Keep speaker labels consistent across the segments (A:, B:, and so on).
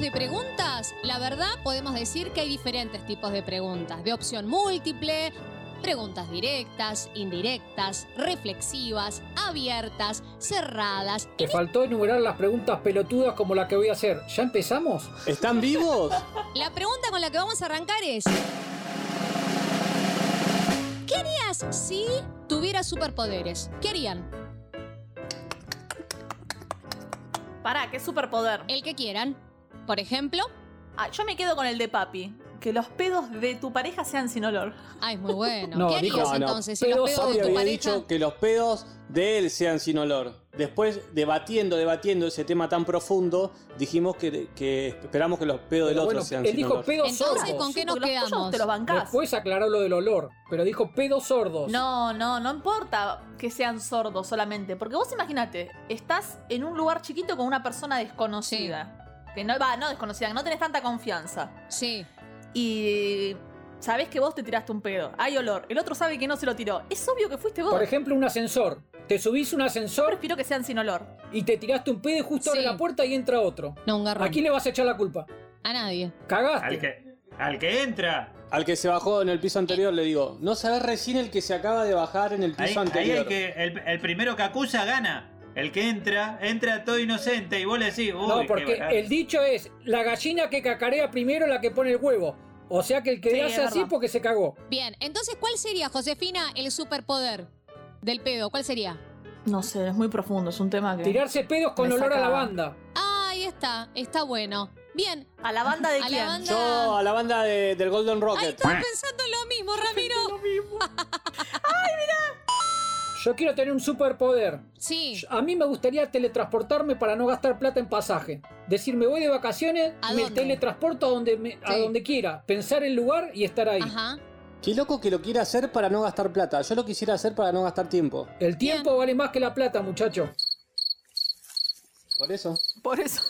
A: de preguntas, la verdad podemos decir que hay diferentes tipos de preguntas, de opción múltiple, preguntas directas, indirectas, reflexivas, abiertas, cerradas.
B: Te faltó enumerar las preguntas pelotudas como la que voy a hacer. ¿Ya empezamos?
C: ¿Están vivos?
A: La pregunta con la que vamos a arrancar es... ¿Qué harías si tuvieras superpoderes? ¿Qué harían?
D: Pará, qué superpoder.
A: El que quieran. Por ejemplo,
D: Ah, yo me quedo con el de papi. Que los pedos de tu pareja sean sin olor.
A: ay, es muy bueno.
B: No,
A: ¿Qué harías
B: dijo-
C: no, no,
A: entonces si los
B: pedos
A: pedos de
C: Sabio
A: tu
C: había
A: pareja?
C: dicho que los pedos de él sean sin olor. Después, debatiendo, debatiendo ese tema tan profundo, dijimos que, que esperamos que los pedos del
B: Pero
C: otro
B: bueno,
C: sean
B: él
C: sin
B: dijo
C: olor.
B: pedos
A: Entonces,
B: sordos.
A: ¿con qué
D: Sí,
A: nos
D: porque los tuyos
A: quedamos?
D: Te los bancás.
B: Después aclaró lo del olor, pero dijo pedos sordos.
D: No, no, no importa que sean sordos solamente. Porque vos imagínate, estás en un lugar chiquito con una persona desconocida. Que no va, no desconocida, que no tenés tanta confianza.
A: Sí.
D: Y sabés que vos te tiraste un pedo. Hay olor. El otro sabe que no se lo tiró. Es obvio que fuiste vos.
B: Por ejemplo, un ascensor. Te subís a un ascensor
D: Prefiero que sean sin olor.
B: y te tiraste un pedo y justo abre
A: Sí.
B: la puerta y entra otro.
A: No, un garrón.
B: ¿A quién le vas a echar la culpa?
A: A nadie.
E: Al
B: Cagaste.
E: que, al que entra.
C: Al que se bajó en el piso anterior le digo, no sabés recién el que se acaba de bajar en el
E: Eh. Ahí,
C: piso
E: ahí
C: anterior.
E: hay que. El, el primero que acusa gana. El que entra, entra todo inocente y vos le decís. "Uy,
B: No,
E: qué
B: porque
E: barato".
B: el dicho es, la gallina que cacarea primero es la que pone el huevo. O sea que el que
D: Sí,
B: le
D: es
B: hace así
D: verdad.
B: porque se cagó.
A: Bien, entonces, ¿cuál sería, Josefina, el superpoder del pedo? ¿Cuál sería?
D: No sé, es muy profundo, es un tema que.
B: Tirarse pedos con
D: Me
B: olor a
D: saca-
B: lavanda.
A: Ah, ahí está, está bueno. Bien,
D: ¿A la banda de
A: A la
D: quién?
A: banda-
C: Yo a la banda de- del Golden
A: ahí
C: Rocket.
A: estoy pensando en lo mismo, Ramiro.
B: Yo quiero tener un superpoder.
A: Sí,
B: A mí me gustaría teletransportarme para no gastar plata en pasaje. Decir, me voy de vacaciones,
A: ¿A
B: me
A: dónde?
B: teletransporto a donde, me- a
A: Sí.
B: donde quiera. Pensar el lugar y estar ahí.
A: ajá.
C: Qué loco que lo quiera hacer para no gastar plata. Yo lo quisiera hacer para no gastar tiempo.
B: El tiempo vale más que la plata, muchacho.
C: Por eso.
D: Por eso.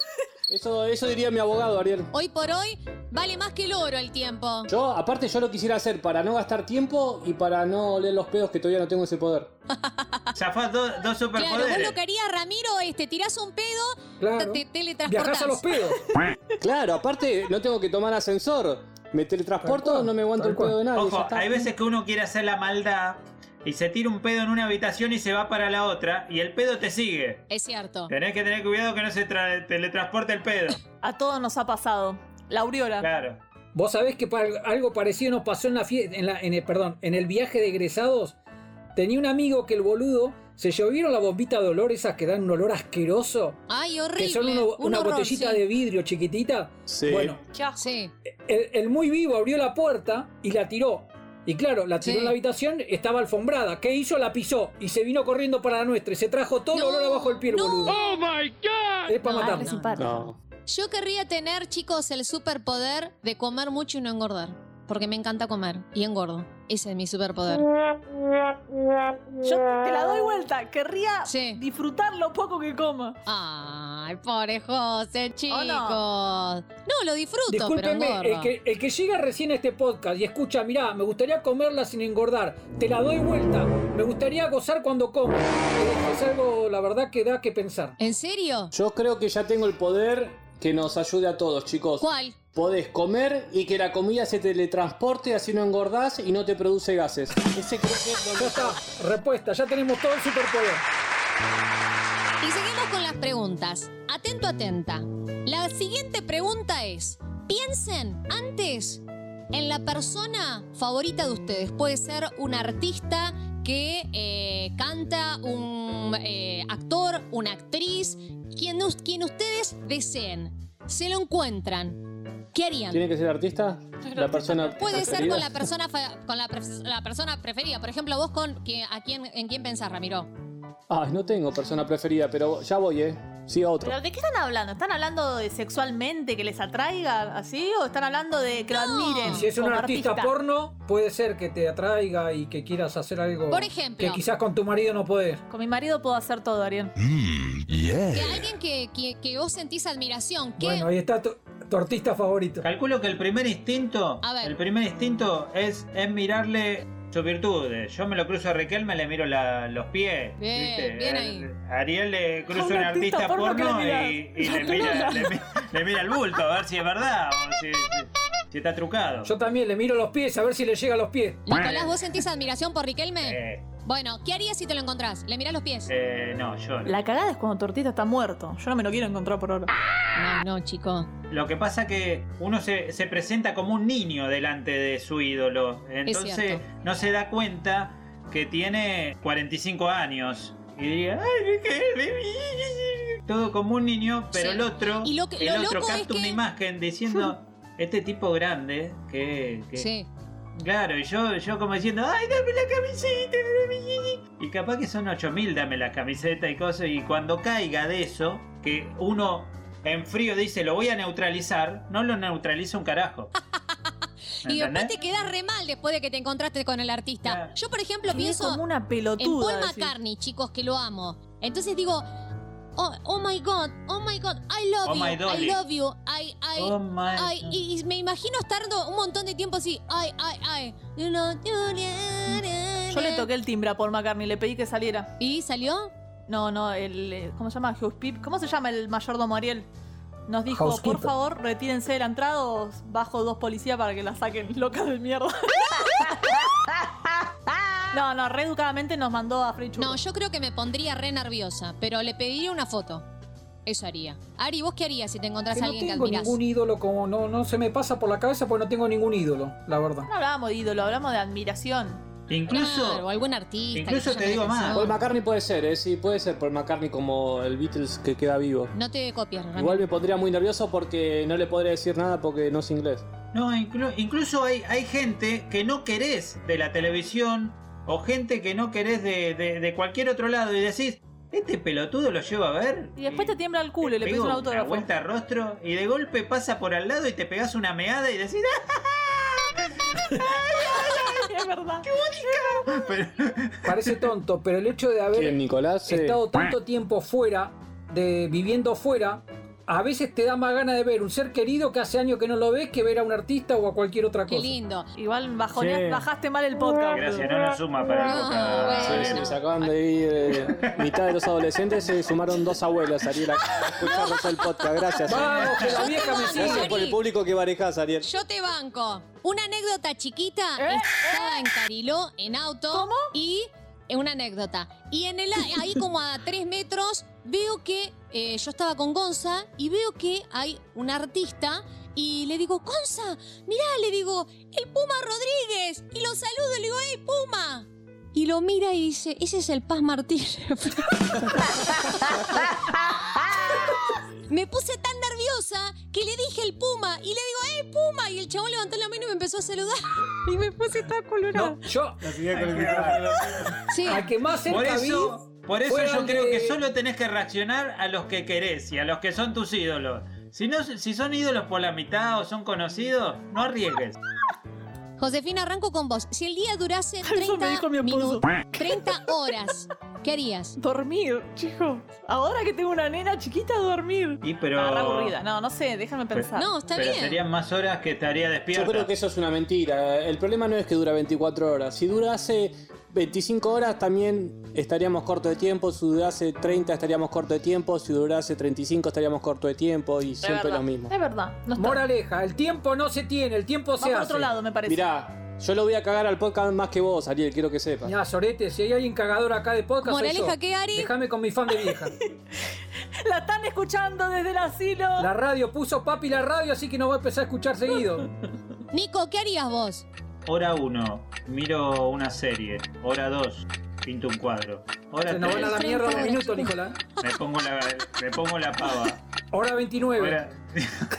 C: Eso, eso diría mi abogado, Ariel.
A: Hoy por hoy vale más que el oro el tiempo.
C: Yo, aparte, yo lo quisiera hacer para no gastar tiempo y para no oler los pedos que todavía no tengo ese poder.
E: Zafás dos- dos
A: Claro, vos
E: superpoderes.
A: lo que harías, Ramiro, es te tirás un pedo,
B: Claro.
A: te teletransportás.
B: Viajás a los pedos.
C: Claro, aparte, no tengo que tomar ascensor. Me
B: Tal
C: teletransporto,
B: cual,
C: no me aguanto
B: tal
C: el pedo de nadie. ya
E: Ojo,
C: está.
E: hay veces que uno quiere hacer la maldad y se tira un pedo en una habitación y se va para la otra y el pedo te sigue.
A: Es cierto.
E: Tenés que tener cuidado que no se tra- teletransporte el pedo.
D: A todos nos ha pasado. La aureola.
E: Claro.
B: Vos sabés que pa- algo parecido nos pasó en la fiesta, en, la- en el, perdón, en el viaje de egresados. Tenía un amigo que el boludo se llovieron la bombita de olor, esas que dan un olor asqueroso,
A: Ay, horrible.
B: que son uno-
A: Un
B: una
A: horror,
B: botellita
A: sí.
B: de vidrio chiquitita.
C: Sí.
B: Bueno,
D: Qué asco.
A: Sí, Ah,
B: el, el muy vivo abrió la puerta y la tiró. Y claro, la tiró
A: Sí.
B: en la habitación, estaba alfombrada. ¿Qué hizo? La pisó y se vino corriendo para la nuestra y se trajo todo
A: No,
B: el olor abajo del pie, el
A: no. Ah,
B: boludo. ¡Oh my god! Es para
A: No,
B: matarlo.
D: Es simpático.
C: No.
A: Yo querría tener, chicos, el superpoder de comer mucho y no engordar. Porque me encanta comer y engordo. Ese es mi superpoder.
D: Yo te la doy vuelta. Querría
A: Sí.
D: disfrutar lo poco que coma.
A: Ay, pobre José, chicos.
D: ¿O
A: no?
D: no?
A: lo disfruto, pero
B: Discúlpeme,
A: engordo.
B: el que, el que llega recién a este podcast y escucha, mirá, me gustaría comerla sin engordar, te la doy vuelta, me gustaría gozar cuando como. Eh, Es algo, la verdad, que da que pensar.
A: ¿En serio?
C: Yo creo que ya tengo el poder que nos ayude a todos, chicos.
A: ¿Cuál?
C: Podés comer y que la comida se teletransporte, así no engordás y no te produce gases. Ese creo que es lo
B: Ya
C: mejor.
B: está, respuesta, ya tenemos todo el superpoder.
A: Y seguimos con las preguntas. Atento, atenta. La siguiente pregunta es: piensen antes en la persona favorita de ustedes. Puede ser un artista que eh, canta, un eh, actor, una actriz, quien, us- quien ustedes deseen. Se lo encuentran. ¿Qué harían?
C: ¿Tiene que ser artista? La persona.
A: Puede ser
C: preferida.
A: con la persona fa- con la, pref- la persona preferida. Por ejemplo, vos con que- a quién en quién pensás, Ramiro.
C: Ay, no tengo persona preferida, pero ya voy, eh. Sí, a otro.
D: ¿Pero de qué están hablando? ¿Están hablando de sexualmente que les atraiga así? ¿O están hablando de que lo
A: Ah,
D: admiren?
B: Si es un
D: como
B: artista, porno, puede ser que te atraiga y que quieras hacer algo
A: Por ejemplo.
B: que quizás con tu marido no podés.
D: Con mi marido puedo hacer todo, Ariel.
A: Que
E: Eh.
A: alguien que, que- que vos sentís admiración. Que,
B: Bueno, ahí está tu, tu artista favorito.
E: Calculo que el primer instinto,
A: A ver.
E: el primer instinto es, es mirarle sus virtudes. Yo me lo cruzo a Riquelme, le miro la- los pies.
A: Bien,
E: ¿viste?
A: bien
E: A-
A: ahí.
E: a Ariel le cruza
D: un
E: un
D: artista
E: artista
D: porno que
E: porno
D: le mira
E: y, y
D: la
E: le, mira,
D: columna.
E: le mi- le mira el bulto a ver si es verdad o si, si- si está trucado.
B: Yo también le miro los pies a ver si le llega a los pies.
A: Nicolás, ¿vos sentís admiración por Riquelme?
E: Eh,
A: Bueno, ¿qué harías si te lo encontrás? ¿Le mirás los pies?
E: eh, no, yo no.
D: La cagada es cuando tu artista está muerto. Yo no me lo quiero encontrar por ahora.
A: No, no, chico.
E: Lo que pasa que uno se, se presenta como un niño delante de su ídolo. Entonces
A: cierto.
E: no se da cuenta que tiene 45 años. Y diría, ¡ay, qué Todo como un niño, pero
A: Sí.
E: el otro,
A: Y lo que-
E: el
A: lo
E: otro
A: loco es
E: capta una
A: que-
E: imagen diciendo, este tipo grande, que. que-
A: Sí.
E: Claro, y yo, yo como diciendo, ¡ay, dame la camiseta! dame la camiseta". Y capaz que son 8000, dame la camiseta y cosas. Y cuando caiga de eso, que uno en frío dice, lo voy a neutralizar, no lo neutraliza un carajo.
A: Y después
E: ¿Entendés?
A: te quedás re mal después de que te encontraste con el artista.
E: Claro.
A: Yo, por ejemplo,
D: Quedé
A: pienso
D: como una
A: en
D: pelotuda.
A: Paul
D: decís.
A: McCartney, chicos, que lo amo. Entonces digo, oh, oh my God, oh my God, I love
E: Oh
A: you,
E: my
A: I
E: dolly.
A: love you, I, I,
E: Oh, my
A: Ay,
E: God.
A: y, y me imagino estando un montón de tiempo así. Ay, ay, ay. You know, you know,
D: Yo le toqué el timbre a Paul McCartney, le pedí que saliera.
A: ¿Y salió?
D: No, no, el. eh, ¿Cómo se llama? Housepip. ¿Cómo se llama el mayordomo Ariel? Nos dijo,
B: Housekeeper.
D: por favor, retírense de la entrada o bajo dos policías para que la saquen, loca del mierda. no, no, reeducadamente nos mandó a Free Churro.
A: No, yo creo que me pondría re nerviosa, pero le pediría una foto. Eso haría. Ari, ¿vos qué harías si te encontrás
B: Que
A: a
B: no
A: alguien que
B: tengo
A: admirás?
B: ningún ídolo, como no, no se me pasa por la cabeza porque no tengo ningún ídolo, la verdad.
D: No hablábamos de ídolo, hablamos de admiración.
A: Claro, o
E: Incluso,
A: algún artista.
E: incluso
A: que llame
E: te
A: la
E: digo más.
A: atención.
E: Paul
C: Paul McCartney puede ser, ¿eh? sí, puede ser Paul McCartney como el Beatles que queda vivo.
A: No te copias, Rami.
C: Igual me pondría muy nervioso porque no le podría decir nada porque no es inglés.
E: no, inclu- incluso hay, hay gente que no querés de la televisión o gente que no querés de, de- de cualquier otro lado y decís, este pelotudo lo llevo a ver.
D: Y después te tiembla el culo y le
E: pego
D: pedís un
E: Una
D: autógrafo.
E: vuelta al rostro y de golpe pasa por al lado y te pegas una meada y decís, ¡ah!
D: es verdad.
E: "Ah, Pero-
B: Parece tonto, pero el hecho de haber
C: ¿Quién, Nicolás? Sí.
B: he estado tanto tiempo fuera, de, viviendo fuera, a veces te da más ganas de ver un ser querido que hace años que no lo ves que ver a un artista o a cualquier otra
A: Qué
B: cosa.
A: lindo.
D: Igual bajoneas-
C: Sí.
D: bajaste mal el podcast.
E: Gracias, no nos suma para el
A: No,
E: podcast.
A: bueno.
C: Ah, Sí, sí, se acaban de ir eh, mitad de los adolescentes, se sumaron dos abuelas, Ariel, a escucharnos el podcast. Gracias. Ariel.
B: Vamos, que la
A: Yo
B: vieja
A: tengo
B: me
A: hambre.
B: sigue.
C: Gracias por el público que barejás, Ariel.
A: Yo te banco. Una anécdota chiquita. Estaba en Cariló, en auto.
D: ¿Cómo?
A: Y eh, una anécdota. Y en el, a- ahí como a tres metros veo que eh, yo estaba con Gonza y veo que hay un artista y le digo, Gonza, mirá, le digo, el Puma Rodríguez. Y lo saludo y le digo, hey, Puma. Y lo mira y dice, ese es el Paz Martínez. Me puse tan nerviosa que le dije el Puma y le digo, ¡eh, Puma! Y el chabón levantó la mano y me empezó a saludar. Y me puse tan colorada.
B: pues. No, yo,
A: Sí.
B: al que más
E: Por
B: cerca vi,
E: eso, por eso
B: fue
E: yo
B: al
E: creo
B: de-
E: que solo tenés que reaccionar a los que querés y a los que son tus ídolos. Si, no, si son ídolos por la mitad o son conocidos, no arriesgues.
A: Josefina, arranco con vos. Si el día durase
D: Eso me
A: 30
D: dijo mi esposo.
A: minutos, 30 horas, ¿qué harías?
D: Dormir, chicos. Ahora que tengo una nena chiquita, dormir.
E: Y pero,
D: Agarra aburrida. No, no sé, déjame
C: Ah,
D: pensar.
A: No, está
E: pero
A: bien.
E: serían más horas que estaría
C: Yo
E: despierta.
C: creo que eso es una mentira. El problema no es que dura 24 horas. Si durase 25 horas también estaríamos corto de tiempo. Si durase 30 estaríamos corto de tiempo. Si durase 35 estaríamos corto de tiempo. Y
D: es
C: siempre
D: verdad.
C: lo mismo.
D: Es verdad. No está.
B: moraleja, el tiempo no se tiene, el tiempo
D: Va
B: se
D: por
B: hace.
D: otro lado, me parece.
C: Mirá, yo lo voy a cagar al podcast más que vos, Ariel, quiero que sepas.
B: Ya, Sorete, si hay alguien cagador acá de podcast, soy
A: Moraleja,
B: yo.
A: ¿qué, Ari?
B: Déjame con mi fan de vieja.
D: La están escuchando desde el asilo.
B: La radio puso papi la radio, así que no va a empezar a escuchar seguido.
A: Nico, ¿qué harías vos?
E: Hora 1, miro una serie. Hora 2, pinto un cuadro. Hora
B: Se nos van a
E: 3,
B: la mierda un
A: 30
B: minuto,
A: horas.
B: Nicolás.
E: me, pongo la, me pongo la pava.
B: Hora 29.
E: Hora-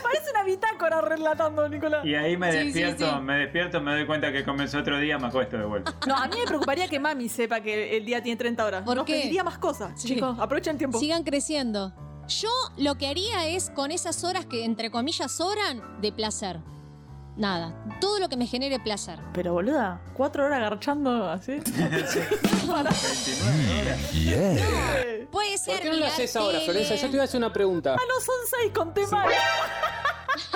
D: Parece una bitácora relatando, Nicolás.
E: Y ahí me
A: Sí, sí,
E: despierto,
A: sí.
E: me despierto, me doy cuenta que comenzó otro día, me acuesto de vuelta.
D: No, a mí me preocuparía que mami sepa que el día tiene 30 horas.
A: ¿Por
D: Nos
A: qué?
D: pediría más cosas.
A: Sí.
D: Chicos, aprovechen tiempo.
A: Sigan creciendo. Yo lo que haría es, con esas horas que entre comillas sobran, de placer. Nada, todo lo que me genere placer.
D: Pero boluda, cuatro horas agarchando así.
E: 29 horas.
A: Puede ser
C: ¿Eh? ¿Por qué no lo
A: mirar
C: haces ahora,
A: tele.
C: Florencia? Yo te voy a hacer una pregunta.
D: Ah, no, son seis, conté mal.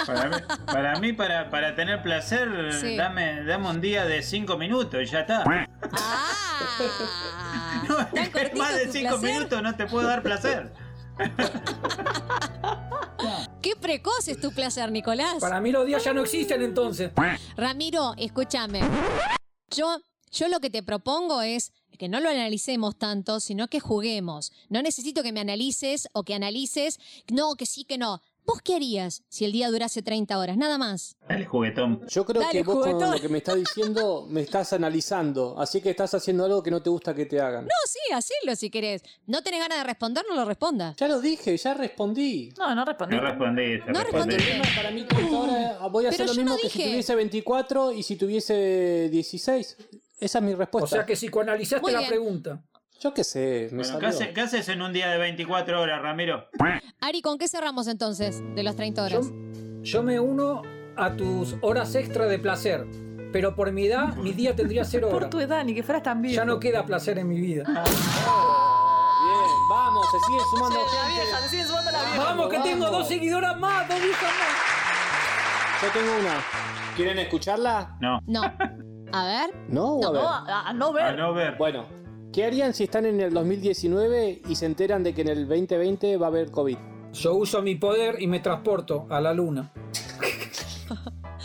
E: Para mí, para, mí, para, para tener placer,
A: Sí.
E: dame, dame un día de 5 minutos y ya está.
A: Ah,
E: No,
A: ¿Tan cortito
E: más de
A: tu
E: 5
A: placer?
E: minutos no te puedo dar placer.
A: Qué precoz es tu placer, Nicolás.
B: Para mí los días ya no existen entonces.
A: Ramiro, escúchame. Yo, yo lo que te propongo es que no lo analicemos tanto, sino que juguemos. No necesito que me analices o que analices, no, que sí, que no. ¿Vos qué harías si el día durase 30 horas? Nada más.
E: Dale, juguetón.
C: Yo creo
A: Dale,
C: que vos con
A: juguetón.
C: lo que me estás diciendo me estás analizando, así que estás haciendo algo que no te gusta que te hagan.
A: No, sí, hacelo si querés. ¿No tenés ganas de responder? No lo respondas.
C: Ya lo dije, ya respondí.
D: No, no respondí.
E: No respondiste,
A: No
E: respondiste.
A: respondiste.
C: Para mí que ahora voy a hacer
A: Pero
C: lo
A: yo
C: mismo
A: no
C: que si
A: dije.
C: tuviese 24 y si tuviese 16. Esa es mi respuesta.
B: O sea que psicoanalizaste
A: Muy
B: la
A: bien.
B: pregunta.
C: Yo qué sé, me
E: Bueno, ¿qué,
C: salió.
E: hace- qué haces en un día de 24 horas, Ramiro?
A: Ari, ¿con qué cerramos entonces de las 30
B: Yo,
A: horas?
B: yo me uno a tus horas extra de placer. Pero por mi edad, mi día tendría cero
D: Por
B: horas.
D: tu edad, ni que fueras tan bien.
B: Ya no queda placer en mi
E: Ah,
B: vida.
C: Bien, vamos, se sigue sumando
D: La
C: gente.
D: vieja, se siguen sumando la vieja.
B: Vamos, que tengo
C: vamos.
B: dos seguidoras más, dos viejas más.
C: Yo tengo una. ¿Quieren escucharla?
E: No.
A: No. A ver.
C: No, o a
D: No,
C: ver.
D: a, a no
E: A
D: ver.
E: Ah, no ver.
C: Bueno, ¿qué harían si están en el 2019 y se enteran de que en el 2020 va a haber COVID?
B: Yo uso mi poder y me transporto a la luna.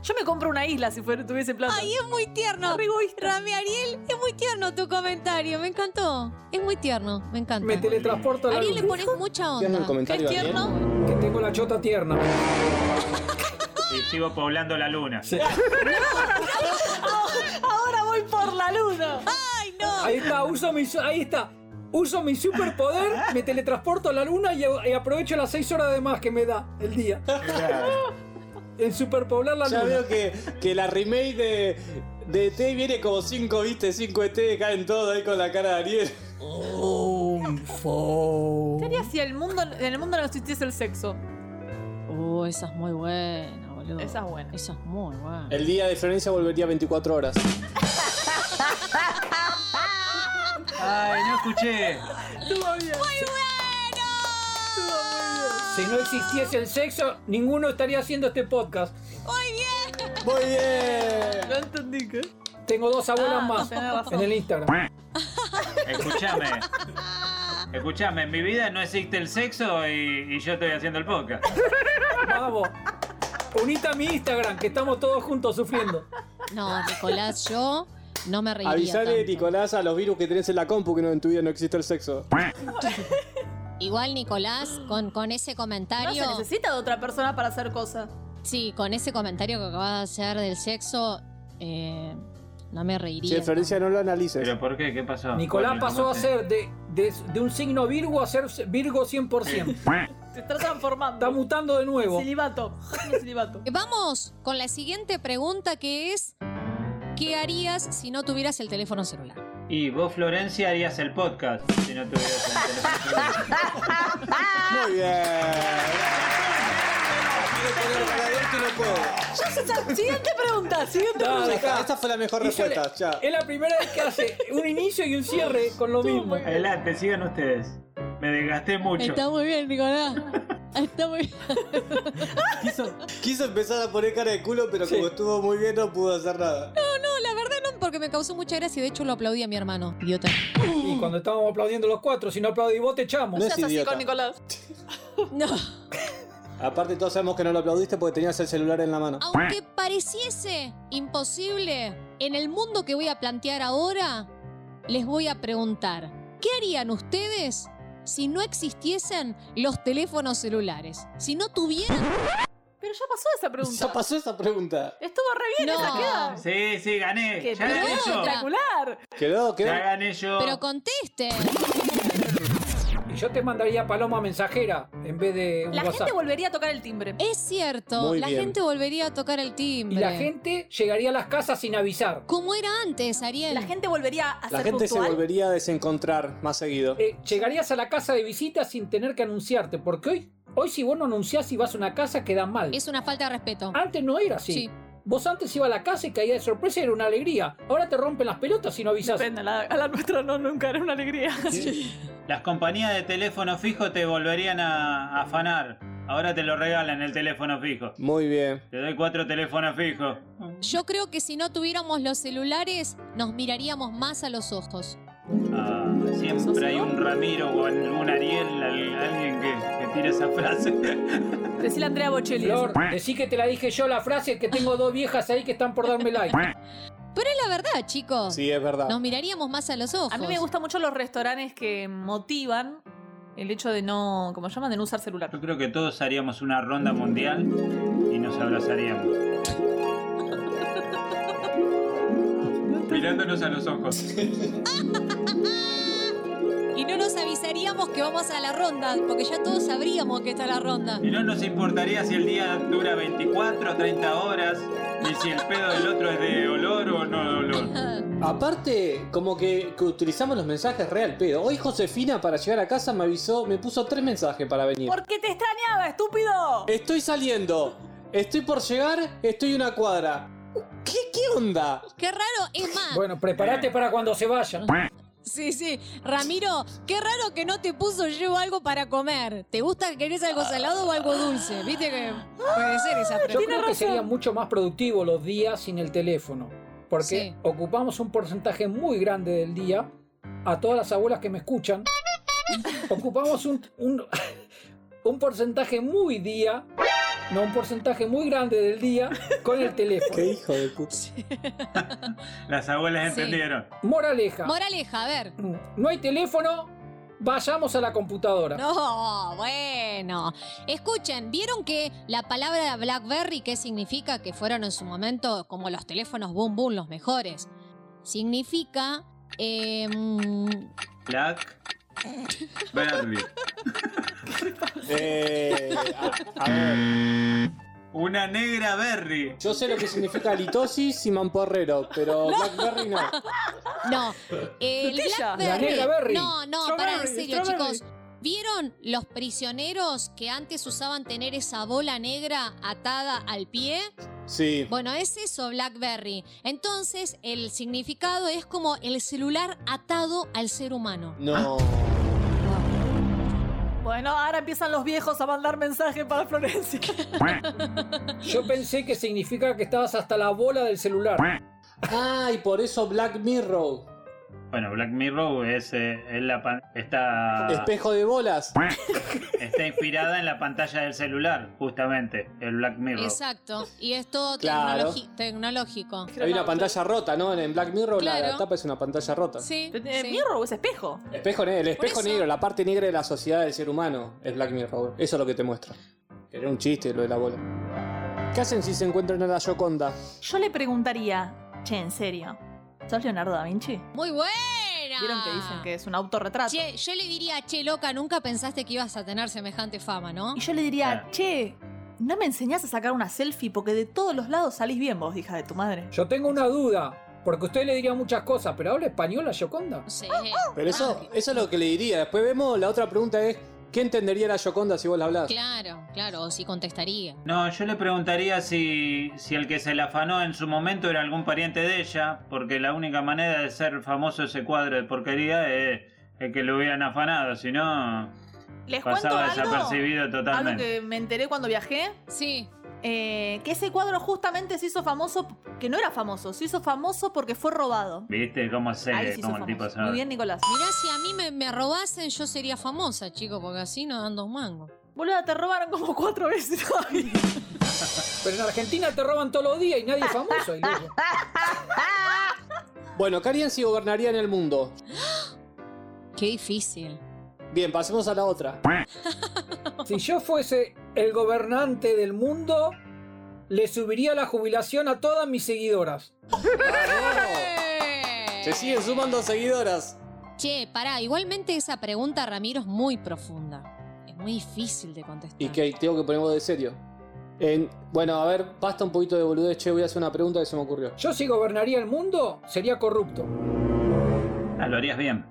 D: Yo me compro una isla si fuera, tuviese plata.
A: Ay, es muy tierno.
D: Re egoísta.
A: Rami Ariel, es muy tierno tu comentario. Me encantó. Es muy tierno. Me encanta.
B: Me teletransporto a la
A: Ariel le
B: luna.
A: pones mucha
C: ¿Qué el
A: onda.
C: comentario,
D: ¿Qué es
C: Ariel?
D: tierno?
B: Que tengo la chota tierna.
E: Y sigo poblando la luna.
B: Sí.
D: Ahora voy por la luna.
A: Ay, no.
B: Ahí está, uso mi, su- ahí está. Uso mi superpoder, me teletransporto a la luna y, y aprovecho las seis horas de más que me da el día. En superpoblar la
C: Ya
B: luna.
C: veo que, que la remake de, de ET viene como 5, viste, 5 ET, caen todos ahí con la cara de Ariel.
D: ¿Qué harías si el mundo, en el mundo no existiese el sexo?
A: Uh, esa es muy buena, boludo.
D: Esa es buena.
A: Esa es muy buena.
C: El día de Florencia volvería 24 horas.
E: Ay, no escuché.
D: Estuvo bien.
B: Si no existiese el sexo, ninguno estaría haciendo este podcast.
C: Muy
D: No
C: bien.
D: entendí, ¿qué?
B: Tengo dos abuelas
D: Ah,
B: más
D: tenés razón.
B: en el Instagram.
E: Escúchame. Escúchame, en mi vida no existe el sexo y, y yo estoy haciendo el podcast.
B: Vamos. Unite a mi Instagram, que estamos todos juntos sufriendo.
A: No, Nicolás, yo no me reiría
C: Avisale,
A: tanto.
C: Nicolás, a los virus que tenés en la compu que no, en tu vida no existe el sexo.
A: Igual, Nicolás, con, con ese
D: No
A: comentario.
D: se necesita de otra persona para hacer cosas.
A: sí, con ese comentario que acabas de hacer del sexo, eh, no me reiría.
C: Si Florencia no lo analices.
E: ¿Pero por qué? ¿Qué pasó?
B: Nicolás
E: Bueno,
B: pasó
E: Ah, no
B: a
E: sé.
B: ser de, de- de un signo Virgo a ser Virgo 100%.
D: Se está transformando.
B: Está mutando de nuevo.
D: Celibato. Signo Celibato.
A: Eh, Vamos con la siguiente pregunta que es. ¿Qué harías si no tuvieras el teléfono celular?
E: Y vos, Florencia, harías el podcast si no tuvieras el teléfono.
C: Muy bien. Quiero poner la de esto y no puedo.
D: Ya se está- Siguiente pregunta. Siguiente
B: No,
D: pregunta.
B: dejá.
C: Esta fue la mejor
B: Hizo la-
C: respuesta. Ya.
B: Es la primera vez que hace un inicio y un cierre con lo mismo.
E: Adelante, sigan ustedes. Me desgasté mucho.
A: Está muy bien, Nicolás. Está muy bien.
C: Quiso empezar a poner cara de culo, pero como estuvo muy bien no pudo hacer nada.
A: No, la verdad no, porque me causó mucha gracia y de hecho lo aplaudí a mi hermano. Idiota.
B: Y cuando estábamos aplaudiendo los cuatro, si no aplaudís vos te echamos.
C: No es
D: Estás así
C: idiota.
D: con Nicolás.
A: No.
C: Aparte todos sabemos que no lo aplaudiste porque tenías el celular en la mano.
A: Aunque pareciese imposible, en el mundo que voy a plantear ahora, les voy a preguntar, ¿qué harían ustedes si no existiesen los teléfonos celulares? Si no tuvieran...
D: Pero ya pasó esa
C: Ya
D: pregunta.
C: pasó esa pregunta.
D: Estuvo re bien
A: No.
D: esa queda.
E: Sí, sí, gané.
D: Qué
E: ya gané
A: pelota.
E: yo.
D: Espectacular.
C: Quedó, quedó.
E: Ya gané yo.
A: Pero conteste.
B: Y yo te mandaría paloma mensajera en vez de un
D: La
B: WhatsApp.
D: gente volvería a tocar el timbre.
A: Es cierto,
C: Muy
A: la
C: bien.
A: gente volvería a tocar el
B: y
A: timbre.
B: la gente llegaría a las casas sin avisar.
A: Como era antes, Ariel.
D: La gente volvería a
C: La
D: ser
C: gente se
D: puntual.
C: volvería a desencontrar más seguido.
B: Eh, llegarías a la casa de visita sin tener que anunciarte, porque hoy, hoy si vos no anunciás y vas a una casa queda mal.
A: Es una falta de respeto.
D: Ah,
B: Antes no era así.
A: Sí.
B: Vos antes ibas a la casa y caía de sorpresa y era una alegría. Ahora te rompen las pelotas si no avisás.
D: Depende, a la, a la nuestra no, nunca era una alegría.
E: Las compañías de teléfono fijo te volverían a, a afanar. Ahora te lo regalan el teléfono fijo.
C: Muy bien.
E: Te doy cuatro teléfonos fijos.
A: Yo creo que si no tuviéramos los celulares, nos miraríamos más a los ojos.
E: Ah, siempre hay un Ramiro o un Ariel, al- alguien que, que tira esa frase.
D: Decíle a Andrea Bocelli.
B: Flor, decí que te la dije yo la frase, que tengo dos viejas ahí que están por darme like.
A: Pero es la verdad, chicos.
C: Sí, es verdad.
A: Nos miraríamos más a los ojos.
D: A mí me gustan mucho los restaurantes que motivan el hecho de no, como llaman, de no usar celular.
E: Yo creo que todos haríamos una ronda mundial y nos abrazaríamos. Mirándonos a los ojos.
A: Y no nos avisaríamos que vamos a la ronda, porque ya todos sabríamos que está la ronda.
E: Y no nos importaría si el día dura 24 o 30 horas, ni si el pedo del otro es de olor o no de olor.
C: Aparte, como que, que utilizamos los mensajes real pedo. Hoy Josefina para llegar a casa me avisó, me puso tres mensajes para venir.
D: Porque te extrañaba, estúpido.
C: Estoy saliendo. Estoy por llegar, estoy una cuadra. ¿Qué, qué onda?
A: Qué raro, es más.
B: Bueno, prepárate para cuando se vayan.
A: Sí, sí. Ramiro, qué raro que no te puso llevo algo para comer. ¿Te gusta, querés algo salado o algo dulce? Viste que puede ser esa
B: Yo
A: pregunta.
B: creo que serían mucho más productivos los días sin el teléfono, porque
A: Sí.
B: ocupamos un porcentaje muy grande del día. A todas las abuelas que me escuchan, ocupamos un, un, un porcentaje muy día, no un porcentaje muy grande del día con el
C: ¿Qué
B: teléfono.
C: hijo de puta?
E: Las abuelas
A: Sí.
E: entendieron.
B: Moraleja, Mm,
A: Moraleja, a ver.
B: no hay teléfono, vayamos a la computadora.
A: No, bueno. Escuchen, ¿vieron que la palabra BlackBerry, qué significa? Que fueron en su momento como los teléfonos boom boom los mejores. Significa... eh, mm,
E: Black. Berry.
C: Eh, a- a ver,
E: Una negra Berry.
C: yo sé lo que significa litosis y mamporrero, pero Blackberry no.
A: No, el
D: Frutilla.
B: La
A: Blackberry.
B: negra berry.
A: No, no,
D: Strawberry,
A: para en serio,
D: strawberry.
A: chicos. ¿Vieron los prisioneros que antes usaban tener esa bola negra atada al pie?
C: Sí.
A: Bueno, es eso, Blackberry. Entonces, el significado es como el celular atado al ser humano.
C: No.
D: Bueno, ahora empiezan los viejos a mandar mensajes para Florencia.
B: Yo pensé que significa que estabas hasta la bola del celular.
C: Ah, y por eso Black Mirror.
E: Bueno, Black Mirror es, eh, es la pan- está,
C: Espejo de bolas.
E: está inspirada en la pantalla del celular, justamente, el Black Mirror.
A: Exacto. Y es todo
C: Claro.
A: tecnologi- tecnológico.
C: Hay una pantalla rota, ¿no? En Black Mirror la- la
A: Claro.
C: tapa es una pantalla rota.
A: Sí.
D: Eh,
A: sí.
D: Mirror o es espejo.
C: Espejo ne- el espejo
A: eso-
C: negro, la parte negra de la sociedad del ser humano es Black Mirror. Eso es lo que te muestra. Era un chiste lo de la bola. ¿Qué hacen si se encuentran a la Yoconda?
D: Yo le preguntaría, che, en serio, ¿sos Leonardo da Vinci?
A: Muy buena.
D: ¿Vieron que dicen que es un autorretrato?
A: Ah. Che, yo le diría, che, loca, nunca pensaste que ibas a tener semejante fama, ¿no?
D: Y yo le diría,
E: Ah.
D: che, no me enseñás a sacar una selfie porque de todos los lados salís bien vos, hija de tu madre.
B: Yo tengo una duda, porque usted le diría muchas cosas, pero habla español a Yoconda.
A: Sí.
C: Pero eso,
A: Ah,
C: eso es lo que le diría. Después vemos, la otra pregunta es, ¿qué entendería la Yoconda si vos la hablás?
A: Claro, claro, o si contestaría.
E: No, yo le preguntaría si, si el que se la afanó en su momento era algún pariente de ella, porque la única manera de ser famoso ese cuadro de porquería es, es que lo hubieran afanado, si no,
D: Les cuento
E: pasaba
D: algo,
E: desapercibido
D: algo
E: totalmente.
D: que me enteré cuando viajé,
A: Sí.
D: eh, que ese cuadro justamente se hizo famoso, que no era famoso, se hizo famoso porque fue robado.
E: ¿Viste cómo se
D: Ahí se hizo
E: cómo el tipo
D: famoso.
E: se
D: Muy bien, Nicolás.
A: Mirá, si a mí me, me robasen, yo sería famosa, chico, porque así no dan dos mangos.
D: Boluda, te robaron como cuatro veces hoy.
B: Pero en Argentina te roban todos los días y nadie es famoso. y luego-
C: Bueno, ¿qué harían si gobernarían el mundo?
A: Qué difícil.
C: Bien, pasemos a la otra.
B: Si yo fuese el gobernante del mundo, le subiría la jubilación a todas mis seguidoras.
C: ¡Bravo! Se siguen sumando seguidoras.
A: Che, pará, igualmente esa pregunta, Ramiro, es muy profunda. Es muy difícil de contestar.
C: Y que tengo que ponerlo de serio. En- bueno, a ver, basta un poquito de boludez, che, voy a hacer una pregunta que se me ocurrió.
B: Yo si gobernaría el mundo, sería corrupto.
E: Ah, lo harías bien.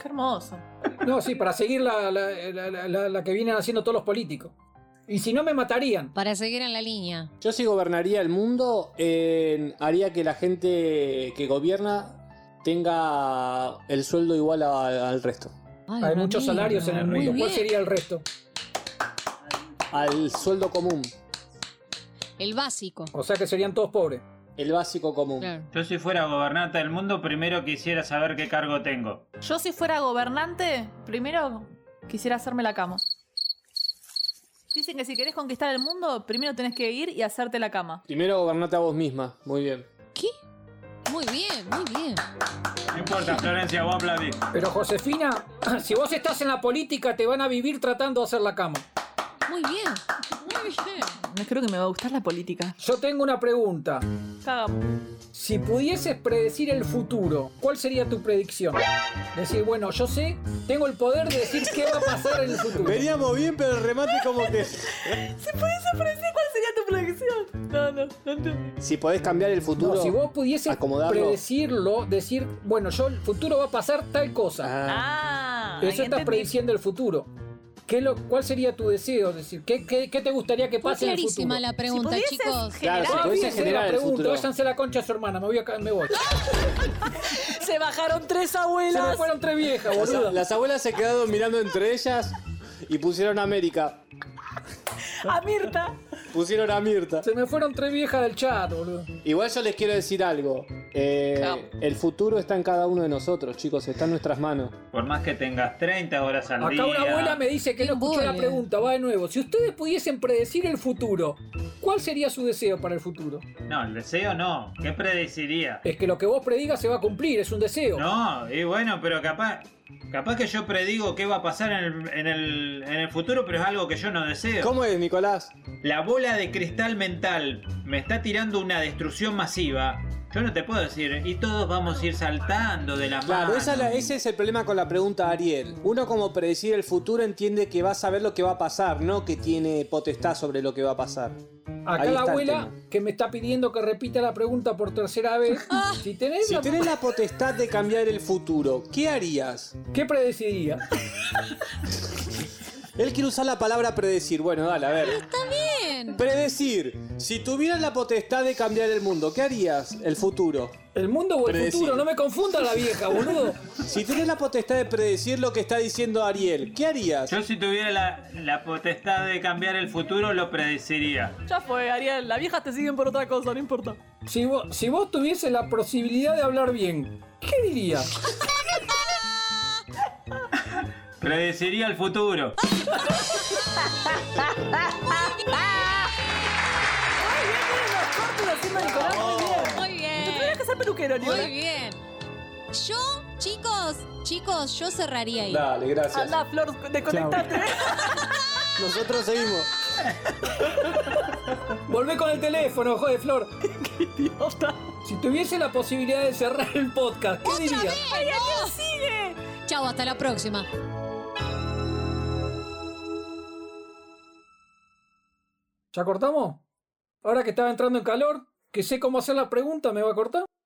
D: Qué hermoso.
B: No, sí, para seguir la, la- la- la- la- la que vienen haciendo todos los políticos. Y si no, me matarían.
A: Para seguir en la línea.
C: Yo si gobernaría el mundo, eh, haría que la gente que gobierna tenga el sueldo igual a- al resto.
A: Ay,
B: Hay muchos
A: Ramiro,
B: salarios en el
E: muy
B: mundo. ¿Cuál
A: bien.
B: sería el resto?
C: al sueldo común,
A: El básico.
B: O sea que serían todos pobres.
C: el básico común.
A: Claro.
E: Yo si fuera gobernante del mundo, primero quisiera saber qué cargo tengo.
D: Yo si fuera gobernante, primero quisiera hacerme la cama. Dicen que si querés conquistar el mundo, primero tenés que ir y hacerte la cama.
C: Primero gobernate a vos misma, muy bien.
A: ¿Qué? Muy bien, muy bien.
E: No importa, Florencia, vos aplaudís.
B: Pero Josefina, si vos estás en la política, te van a vivir tratando de hacer la cama.
A: Muy bien. Muy bien.
D: No creo que me va a gustar la política.
B: Yo tengo una pregunta.
D: Cagamos.
B: Si pudieses predecir el futuro, ¿cuál sería tu predicción? Decir, bueno, yo sé, tengo el poder de decir qué va a pasar en el futuro.
C: Veníamos bien, pero el remate como que...
D: Si puedes ofrecer, ¿cuál sería tu predicción? No, no, no entendí.
C: Si podés cambiar el
B: No,
C: futuro...
B: si vos pudieses
C: Acomodarlo.
B: predecirlo, decir, bueno, yo el futuro va a pasar tal cosa.
C: Ah,
D: Ah,
B: Eso
D: ahí
B: estás
D: entendí.
B: prediciendo el futuro. ¿Qué lo, ¿Cuál sería tu deseo? Decir, ¿qué, qué, qué te gustaría que
A: Fue
B: pase en el futuro?
A: clarísima la pregunta,
D: si pudieses
A: chicos.
D: generar-
C: Claro,
B: Ah,
C: Podés
B: bien,
C: generar
B: la
C: el
B: pregunta,
C: futuro.
B: váyanse la concha a su hermana, me voy acá, me voy.
D: Se bajaron tres
B: Se me
D: abuelas.
B: fueron tres viejas,
C: O sea,
B: boludo.
C: las abuelas se quedaron mirando entre ellas y pusieron a América.
D: A Mirta.
C: Pusieron a Mirta.
B: Se me fueron tres viejas del chat, boludo.
C: Igual yo les quiero decir algo. Eh, el futuro está en cada uno de nosotros, chicos. Está en nuestras manos.
E: Por más que tengas 30 horas al día.
B: Acá una abuela me dice que no escuchó la
A: Embole.
B: pregunta, va de nuevo. Si ustedes pudiesen predecir el futuro, ¿cuál sería su deseo para el futuro?
E: No, el deseo no. ¿Qué predeciría?
B: Es que lo que vos predigas se va a cumplir, es un deseo.
E: No, y bueno, pero capaz. Capaz que yo predigo qué va a pasar en el, en el, en el futuro, pero es algo que yo no deseo.
C: ¿Cómo es, Nicolás?
E: La bola de cristal mental me está tirando una destrucción masiva. Yo no te puedo decir, y todos vamos a ir saltando de la
C: Claro,
E: mano.
C: esa es la- ese es el problema con la pregunta Ariel. Uno como predecir el futuro entiende que va a saber lo que va a pasar, no que tiene potestad sobre lo que va a pasar.
B: Acá
C: ahí
B: la
C: está el
B: abuela que me está pidiendo que repita la pregunta por tercera vez. si tenés,
C: Si
B: la-
C: tenés la potestad de cambiar el futuro, ¿qué harías?
B: ¿qué predeciría?
C: Él quiere usar la palabra predecir. Bueno, dale, a ver.
A: Bien.
C: Predecir. Si tuvieras la potestad de cambiar el mundo, ¿qué harías? El futuro.
B: El mundo o el
C: Predecir.
B: futuro, no me confunda la vieja, boludo.
C: Si tienes la potestad de predecir lo que está diciendo Ariel, ¿qué harías?
E: Yo si tuviera la, la potestad de cambiar el futuro, lo predeciría.
D: Ya fue, Ariel. Las viejas te siguen por otra cosa, no importa.
B: Si vos, si vos tuvieses la posibilidad de hablar bien, ¿qué dirías?
E: Predeciría el futuro.
D: Muy bien, miren los cortes lo haciendo Nicolás. Muy
A: Muy
D: bien. Te tenías
A: bien.
D: que ser peluquero, Nicolás.
A: Muy bien. Yo, chicos, chicos, yo cerraría ahí.
C: Dale, gracias.
D: Andá, Flor, desconectate.
C: Nosotros seguimos.
B: Volvé con el teléfono, jode Flor.
D: Idiota.
B: Si tuviese la posibilidad de cerrar el podcast, ¿qué dirías?
A: ¡Ay, sigue! Chau, hasta la próxima.
B: ¿Ya cortamos? Ahora que estaba entrando en calor, que sé cómo hacer la pregunta, ¿me va a cortar?